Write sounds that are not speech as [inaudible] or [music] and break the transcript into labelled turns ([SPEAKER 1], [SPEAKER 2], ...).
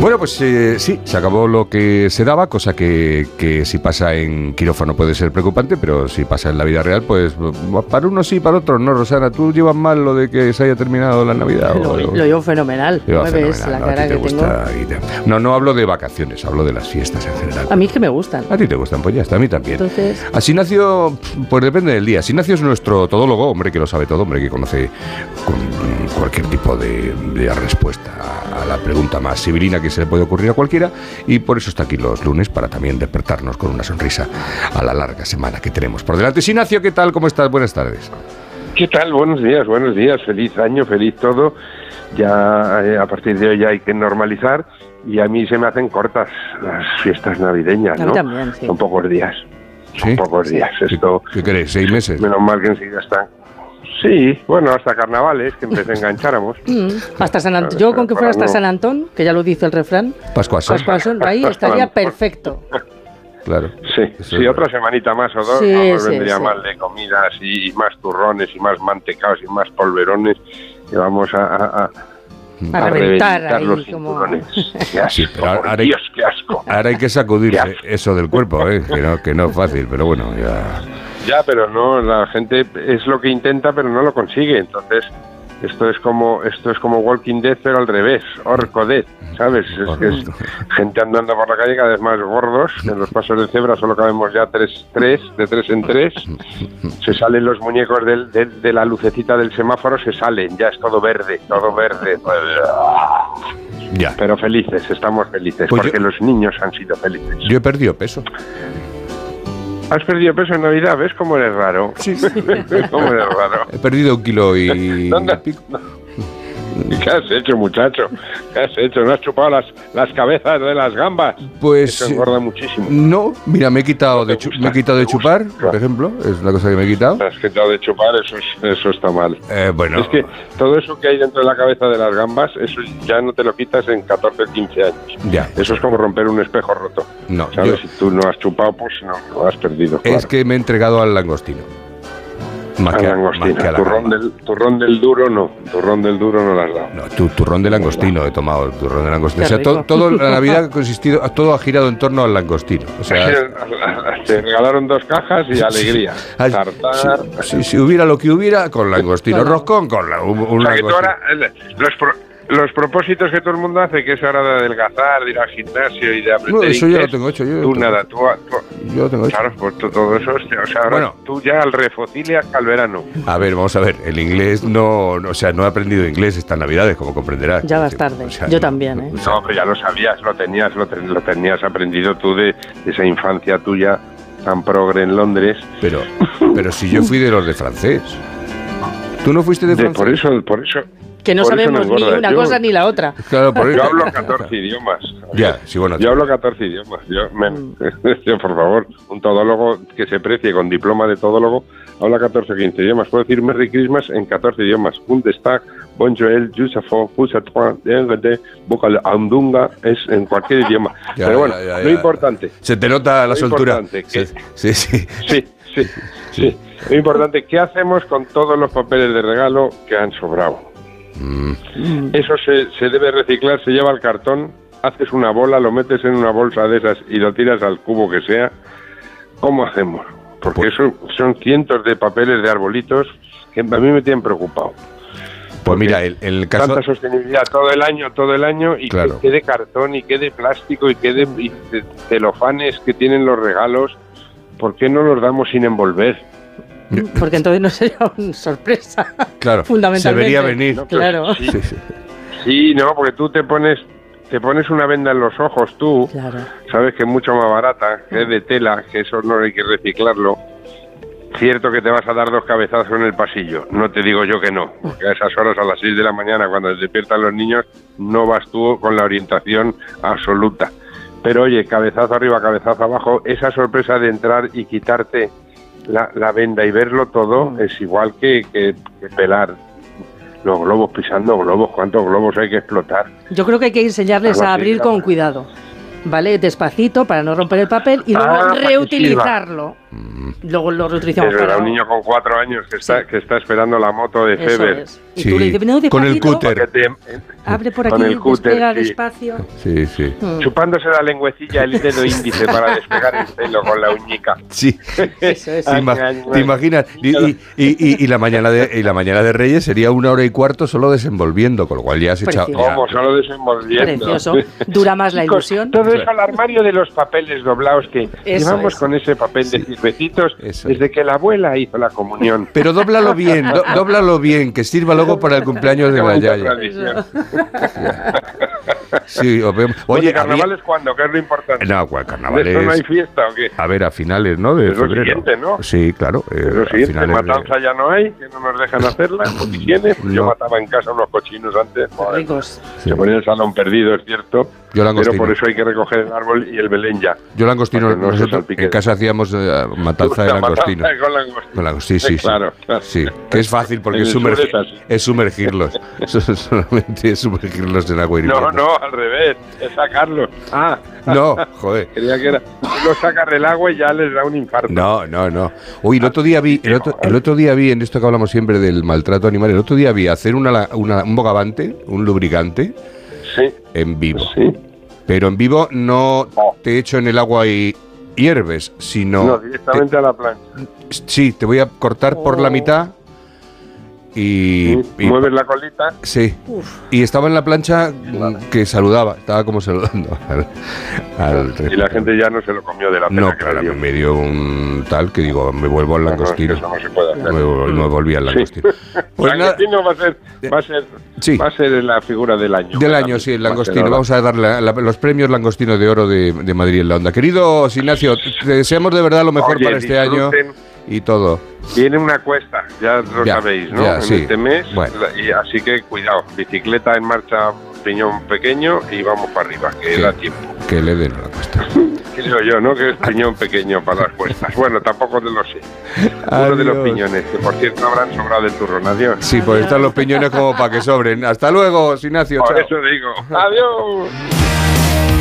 [SPEAKER 1] Bueno, pues eh, sí, se acabó lo que se daba, cosa que, que si pasa en quirófano puede ser preocupante, pero si pasa en la vida real, pues para unos sí, para otros no. Rosana, tú llevas mal lo de que se haya terminado la Navidad.
[SPEAKER 2] Lo,
[SPEAKER 1] o algo?
[SPEAKER 2] lo llevo fenomenal.
[SPEAKER 1] Llevas
[SPEAKER 2] ¿Me
[SPEAKER 1] fenomenal,
[SPEAKER 2] ves la
[SPEAKER 1] ¿no? A ti
[SPEAKER 2] cara
[SPEAKER 1] te
[SPEAKER 2] que
[SPEAKER 1] gusta y te- No, no hablo de vacaciones, hablo de las fiestas en general.
[SPEAKER 2] tengo? A mí es que me gustan.
[SPEAKER 1] A ti te gustan, pues ya está, a mí también.
[SPEAKER 2] Entonces-
[SPEAKER 1] Asinacio, pf, pues depende del día. Asinacio es nuestro todólogo, hombre que lo sabe todo, hombre que conoce con mm, cualquier tipo de, de respuesta a la pregunta más sibilina que se le puede ocurrir a cualquiera. Y por eso está aquí los lunes, para también despertarnos con una sonrisa a la larga semana que tenemos por delante. Asinacio, ¿qué tal? ¿Cómo estás? Buenas tardes.
[SPEAKER 3] ¿Qué tal? Buenos días, buenos días. Feliz año, feliz todo. Ya eh, a partir de hoy ya hay que normalizar y a mí se me hacen cortas las fiestas navideñas,
[SPEAKER 2] A
[SPEAKER 3] ¿no?
[SPEAKER 2] mí también, sí.
[SPEAKER 3] Son pocos días.
[SPEAKER 1] ¿Sí?
[SPEAKER 3] Son pocos días. Esto,
[SPEAKER 1] ¿Qué queréis? ¿Seis meses?
[SPEAKER 3] menos mal que enseguida están. Sí, bueno, hasta carnavales, que empecé a
[SPEAKER 2] [laughs]
[SPEAKER 3] engancháramos.
[SPEAKER 2] Mm,
[SPEAKER 3] [laughs]
[SPEAKER 2] Hasta San Ant- Yo con que fuera hasta
[SPEAKER 3] Para
[SPEAKER 2] San Antón, que ya lo dice el refrán,
[SPEAKER 1] Pascua Santa,
[SPEAKER 2] Pascua Sol,
[SPEAKER 3] [laughs]
[SPEAKER 2] ahí estaría perfecto.
[SPEAKER 1] claro.
[SPEAKER 3] Sí,
[SPEAKER 1] Eso
[SPEAKER 3] sí,
[SPEAKER 1] es
[SPEAKER 3] otra semanita más o dos
[SPEAKER 2] Sí,
[SPEAKER 3] no nos
[SPEAKER 2] sí,
[SPEAKER 3] vendría
[SPEAKER 2] sí.
[SPEAKER 3] mal de comidas y más turrones y más mantecados y más polverones que vamos a, a- a-
[SPEAKER 2] A
[SPEAKER 3] Mm. a
[SPEAKER 2] reventar ahí,
[SPEAKER 3] los
[SPEAKER 2] como-
[SPEAKER 3] cinturones. Qué asco,
[SPEAKER 1] Sí, pero ahora-
[SPEAKER 3] por
[SPEAKER 1] ahora-
[SPEAKER 3] Dios, qué asco.
[SPEAKER 1] Ahora hay que sacudirse
[SPEAKER 3] Ya.
[SPEAKER 1] eso del cuerpo, ¿eh? que, no, que no es fácil, pero bueno, ya.
[SPEAKER 3] Ya, pero no, la gente es lo que intenta, pero no lo consigue. Entonces, esto es como esto es como Walking Dead, pero al revés, Orco Dead, ¿sabes? Es que es gente andando por la calle cada vez más gordos. que En los pasos de cebra solo cabemos ya tres, tres, de tres en tres. Se salen los muñecos del- del- de la lucecita del semáforo, se salen. Ya es todo verde, todo verde.
[SPEAKER 1] ya.
[SPEAKER 3] Pero felices, estamos felices,
[SPEAKER 1] Pues yo-
[SPEAKER 3] porque los niños han sido felices.
[SPEAKER 1] Yo he perdido peso.
[SPEAKER 3] Has perdido peso en Navidad, ¿ves cómo eres raro? [laughs]
[SPEAKER 1] Sí.
[SPEAKER 3] ¿Cómo eres raro?
[SPEAKER 1] He perdido un kilo y
[SPEAKER 3] ¿Dónde?
[SPEAKER 1] pico.
[SPEAKER 3] [laughs] ¿Qué has hecho, muchacho? ¿Qué has hecho? ¿No has chupado las, las cabezas de las gambas?
[SPEAKER 1] Pues
[SPEAKER 3] Eso engorda muchísimo.
[SPEAKER 1] no, mira, me he quitado de chu-
[SPEAKER 3] gusta,
[SPEAKER 1] me he quitado de
[SPEAKER 3] te gusta,
[SPEAKER 1] chupar, por
[SPEAKER 3] claro.
[SPEAKER 1] ejemplo, es una cosa que me he quitado.
[SPEAKER 3] Las que te has de chupar, eso, es- eso está mal.
[SPEAKER 1] Eh, bueno,
[SPEAKER 3] Es que todo eso que hay dentro de la cabeza de las gambas, eso ya no te lo quitas en 14 o 15 años.
[SPEAKER 1] Ya.
[SPEAKER 3] Eso es como romper un espejo roto.
[SPEAKER 1] No,
[SPEAKER 3] ¿Sabes?
[SPEAKER 1] yo-
[SPEAKER 3] Si tú no has chupado, pues no, lo has perdido.
[SPEAKER 1] es
[SPEAKER 3] claro.
[SPEAKER 1] que me he entregado al langostino. Más
[SPEAKER 3] Al
[SPEAKER 1] que a-
[SPEAKER 3] langostino.
[SPEAKER 1] más que a la
[SPEAKER 3] turrón, del, turrón del duro, no. Turrón del duro no lo has dado.
[SPEAKER 1] No, tu turrón de langostino he tomado, el turrón de langostino.
[SPEAKER 2] Qué
[SPEAKER 1] o sea, to-
[SPEAKER 2] rico.
[SPEAKER 1] todo
[SPEAKER 2] [laughs]
[SPEAKER 1] la Navidad ha consistido, todo ha girado en torno al langostino. O
[SPEAKER 3] [laughs]
[SPEAKER 1] sea,
[SPEAKER 3] Te regalaron dos cajas y alegría.
[SPEAKER 1] al-
[SPEAKER 3] Tartar.
[SPEAKER 1] si, si- si hubiera lo que hubiera, con langostino.
[SPEAKER 2] Claro.
[SPEAKER 1] Roscón con la, un, un
[SPEAKER 3] O sea, que tú
[SPEAKER 1] langostino.
[SPEAKER 3] ahora, eh, los, pro- los propósitos que todo el mundo hace, que es ahora de adelgazar, de ir al gimnasio y de aprender
[SPEAKER 1] No, eso ya
[SPEAKER 3] inglés,
[SPEAKER 1] lo tengo hecho, yo ya lo
[SPEAKER 3] tú
[SPEAKER 1] tengo
[SPEAKER 3] nada,
[SPEAKER 1] hecho.
[SPEAKER 3] tú, tú-
[SPEAKER 1] Yo lo tengo hecho.
[SPEAKER 3] claro, pues tú todo eso, hostia, o sea, ahora
[SPEAKER 1] Bueno.
[SPEAKER 3] tú ya al refocilias al verano.
[SPEAKER 1] A ver, vamos a ver, el inglés no, no- o sea, no he aprendido inglés estas navidades, como comprenderás.
[SPEAKER 2] Ya vas
[SPEAKER 1] Sí,
[SPEAKER 2] tarde.
[SPEAKER 1] o sea,
[SPEAKER 2] Yo también, ¿eh?
[SPEAKER 1] o sea,
[SPEAKER 3] No, pero ya lo sabías, lo tenías, lo, ten- lo tenías aprendido tú de, de esa infancia tuya tan progre en Londres.
[SPEAKER 1] pero, pero si yo fui de los de francés. ¿Tú no fuiste de
[SPEAKER 3] De-
[SPEAKER 1] francés?
[SPEAKER 3] por eso, por eso.
[SPEAKER 2] Que no
[SPEAKER 3] por eso
[SPEAKER 2] sabemos ni
[SPEAKER 3] engordas.
[SPEAKER 2] una
[SPEAKER 3] Yo-
[SPEAKER 2] cosa ni la
[SPEAKER 3] [laughs]
[SPEAKER 2] otra.
[SPEAKER 1] Claro, por eso.
[SPEAKER 3] Yo hablo 14 idiomas.
[SPEAKER 1] Ya, sí, bueno.
[SPEAKER 3] Yo hablo 14 idiomas. Yo, men, [laughs] yo, por favor, un todólogo que se precie con diploma de todólogo habla 14 o 15 idiomas. Puedo decir Merry Christmas en 14 idiomas. Un destac, Bon Joel, Jusafo, Pusatwa, Dengete, Bukal, Amdunga, es en
[SPEAKER 1] [laughs]
[SPEAKER 3] cualquier idioma.
[SPEAKER 1] Ya,
[SPEAKER 3] Pero bueno,
[SPEAKER 1] ya, ya,
[SPEAKER 3] lo
[SPEAKER 1] ya.
[SPEAKER 3] importante.
[SPEAKER 1] Se te nota la
[SPEAKER 3] Lo
[SPEAKER 1] soltura.
[SPEAKER 3] importante que-
[SPEAKER 1] Se- Sí, sí.
[SPEAKER 3] Sí, sí, sí. Lo importante, ¿qué hacemos con todos los papeles de regalo que han sobrado?
[SPEAKER 1] Mm.
[SPEAKER 3] Eso se, se debe reciclar, se lleva al cartón, haces una bola, lo metes en una bolsa de esas y lo tiras al cubo que sea. ¿Cómo hacemos? Porque
[SPEAKER 1] Pues-
[SPEAKER 3] eso son cientos de papeles de arbolitos que a mí me tienen preocupado.
[SPEAKER 1] Pues mira, el, el caso.
[SPEAKER 3] Tanta sostenibilidad todo el año, todo el año, y
[SPEAKER 1] Claro.
[SPEAKER 3] que quede cartón, y quede plástico, y quede y ce- celofanes que tienen los regalos. ¿Por qué no los damos sin envolver?
[SPEAKER 2] Porque entonces no sería una
[SPEAKER 3] [laughs]
[SPEAKER 2] sorpresa.
[SPEAKER 1] Claro,
[SPEAKER 2] Fundamentalmente.
[SPEAKER 1] se vería venir.
[SPEAKER 3] pero
[SPEAKER 2] Claro.
[SPEAKER 3] Sí, sí, no, porque tú te pones, te pones una venda en los ojos, tú.
[SPEAKER 2] Claro.
[SPEAKER 3] Sabes que es mucho más barata, que es de tela, que eso no hay que reciclarlo. Cierto que te vas a dar dos cabezazos en el pasillo, no te digo yo que no, porque a esas horas, a las 6 de la mañana, cuando se despiertan los niños, no vas tú con la orientación absoluta. Pero oye, cabezazo arriba, cabezazo abajo, esa sorpresa de entrar y quitarte la, la venda y verlo todo es igual que, que- que pelar los globos, pisando globos, cuántos globos hay que explotar.
[SPEAKER 2] Yo creo que hay que enseñarles
[SPEAKER 3] Algo
[SPEAKER 2] a
[SPEAKER 3] así,
[SPEAKER 2] abrir
[SPEAKER 3] claro.
[SPEAKER 2] con cuidado. ¿vale? Despacito para no romper el papel y luego
[SPEAKER 3] Ah,
[SPEAKER 2] reutilizarlo. Luego lo reutilizamos
[SPEAKER 3] Es verdad,
[SPEAKER 2] para
[SPEAKER 3] un niño con cuatro años que está, que está esperando la moto de
[SPEAKER 2] Eso
[SPEAKER 3] Feber.
[SPEAKER 2] es. Y tú le dices, "No,
[SPEAKER 1] con el
[SPEAKER 2] despacito,
[SPEAKER 1] cúter.
[SPEAKER 3] Que te- eh,
[SPEAKER 2] Abre por
[SPEAKER 3] Con
[SPEAKER 2] aquí,
[SPEAKER 3] el cúter,
[SPEAKER 2] despega
[SPEAKER 3] sí.
[SPEAKER 2] despacio.
[SPEAKER 1] Sí, sí.
[SPEAKER 2] Mm,
[SPEAKER 3] chupándose la lengüecilla el dedo índice para despegar el pelo con la uñica. [laughs]
[SPEAKER 1] Sí.
[SPEAKER 2] eso
[SPEAKER 1] [laughs]
[SPEAKER 2] es.
[SPEAKER 1] Te, ima-
[SPEAKER 3] Ay, ay, ay.
[SPEAKER 1] te imaginas, y, y- y- y- y la mañana de, y la mañana de Reyes sería una hora y cuarto solo desenvolviendo, con lo cual ya has echado.
[SPEAKER 2] Precioso.
[SPEAKER 1] ya-
[SPEAKER 3] Como solo desenvolviendo.
[SPEAKER 2] Precioso.
[SPEAKER 3] [laughs]
[SPEAKER 2] Dura más la
[SPEAKER 3] Chicos,
[SPEAKER 2] ilusión.
[SPEAKER 3] Todo eso al armario de los papeles doblados que llevamos
[SPEAKER 2] es.
[SPEAKER 3] con ese papel de cirbecitos
[SPEAKER 1] Eso
[SPEAKER 3] desde que la abuela hizo la comunión.
[SPEAKER 1] Pero dóblalo bien, do- dóblalo bien, que sirva luego para el cumpleaños de
[SPEAKER 3] Qué
[SPEAKER 1] la
[SPEAKER 3] bonita
[SPEAKER 1] Yaya.
[SPEAKER 3] tradición.
[SPEAKER 1] Sí, o vemos-
[SPEAKER 3] Oye,
[SPEAKER 1] Oye,
[SPEAKER 3] carnaval
[SPEAKER 1] había-
[SPEAKER 3] es cuando, que es lo importante.
[SPEAKER 1] No, cuál
[SPEAKER 3] ¿De
[SPEAKER 1] carnaval
[SPEAKER 3] esto no hay
[SPEAKER 1] es?
[SPEAKER 3] fiesta o qué?
[SPEAKER 1] A ver, a finales, ¿no? De
[SPEAKER 3] Es lo
[SPEAKER 1] febrero.
[SPEAKER 3] siguiente, ¿no?
[SPEAKER 1] Sí, claro. eh,
[SPEAKER 3] Lo
[SPEAKER 1] a
[SPEAKER 3] siguiente,
[SPEAKER 1] finales de-
[SPEAKER 3] matanza ya no hay, que no nos dejan hacerla, por higiene. Pues Yo
[SPEAKER 1] No.
[SPEAKER 3] mataba en casa unos cochinos antes, madre
[SPEAKER 2] Ricos.
[SPEAKER 1] Sí.
[SPEAKER 3] Se ponía el salón perdido, es cierto.
[SPEAKER 1] Yo la
[SPEAKER 3] pero
[SPEAKER 1] angostino.
[SPEAKER 3] por eso hay que recoger el árbol y el Belén ya.
[SPEAKER 1] Yo langostino,
[SPEAKER 3] Para que no se
[SPEAKER 1] nosotros
[SPEAKER 3] salpique.
[SPEAKER 1] en casa hacíamos eh, matanza de
[SPEAKER 3] [laughs] La matanza
[SPEAKER 1] langostino.
[SPEAKER 3] Con langostino.
[SPEAKER 1] Con langostino, sí, sí.
[SPEAKER 3] Claro, claro.
[SPEAKER 1] Sí, que es fácil porque
[SPEAKER 3] En
[SPEAKER 1] es,
[SPEAKER 3] el sur
[SPEAKER 1] sumergi-
[SPEAKER 3] es así.
[SPEAKER 1] es sumergirlos. [laughs] Sol- Solamente es sumergirlos en agua hirviendo.
[SPEAKER 3] No, no, al revés, es sacarlos. Ah,
[SPEAKER 1] No, joder.
[SPEAKER 3] creía que era. Lo sacas del agua y ya les da un infarto.
[SPEAKER 1] No, no, no. Uy, el otro día vi, el otro, el otro día vi, en esto que hablamos siempre del maltrato animal, el otro día vi hacer una, la- una- un bogavante, un lubricante,
[SPEAKER 3] Sí,
[SPEAKER 1] en vivo.
[SPEAKER 3] sí.
[SPEAKER 1] Pero en vivo no
[SPEAKER 3] No.
[SPEAKER 1] te echo en el agua y hierves, sino...
[SPEAKER 3] No, directamente a la plancha.
[SPEAKER 1] te- sí, te voy a cortar por la
[SPEAKER 2] Oh.
[SPEAKER 1] mitad y...
[SPEAKER 3] Sí,
[SPEAKER 1] y-
[SPEAKER 3] Mueves la colita.
[SPEAKER 1] Sí.
[SPEAKER 2] Uf.
[SPEAKER 1] Y estaba en la plancha mm, que saludaba, estaba como saludando [laughs] al, al-
[SPEAKER 3] Y la gente ya no se lo comió de la pena
[SPEAKER 1] No,
[SPEAKER 3] que le
[SPEAKER 1] claro,
[SPEAKER 3] dio.
[SPEAKER 1] me dio un tal que digo, me vuelvo al
[SPEAKER 3] No, no, es que
[SPEAKER 1] langostino.
[SPEAKER 3] eso no se puede hacer.
[SPEAKER 1] Me, vol- me volví al langostino. Pues nada,
[SPEAKER 3] Mm. langostino va a ser, va a ser,
[SPEAKER 1] Sí.
[SPEAKER 3] va a ser la figura del año.
[SPEAKER 1] del año, sí, el langostino. Vamos a dar la- la- los premios langostino de oro de, de Madrid en la onda. Querido Ignacio, te deseamos de verdad lo mejor
[SPEAKER 3] Oye,
[SPEAKER 1] para este año
[SPEAKER 3] disfruten.
[SPEAKER 1] y todo.
[SPEAKER 3] Viene una cuesta, ya lo
[SPEAKER 1] Ya,
[SPEAKER 3] sabéis, ¿no?
[SPEAKER 1] ya,
[SPEAKER 3] en
[SPEAKER 1] sí.
[SPEAKER 3] este mes,
[SPEAKER 1] Bueno.
[SPEAKER 3] la- y así que cuidado, bicicleta en marcha, piñón pequeño y vamos para arriba, que
[SPEAKER 1] Sí.
[SPEAKER 3] da tiempo.
[SPEAKER 1] Que le den a la cuesta.
[SPEAKER 3] Creo yo, ¿no? Que es
[SPEAKER 1] Ah.
[SPEAKER 3] piñón pequeño para las cuestas. Bueno, tampoco te lo sé. Uno de los
[SPEAKER 1] Adiós.
[SPEAKER 3] piñones, que por cierto habrán sobrado el turrón. Adiós.
[SPEAKER 1] Sí, pues están los piñones como para que sobren. Hasta luego, Ignacio.
[SPEAKER 3] Por
[SPEAKER 1] chao.
[SPEAKER 3] eso digo, adiós.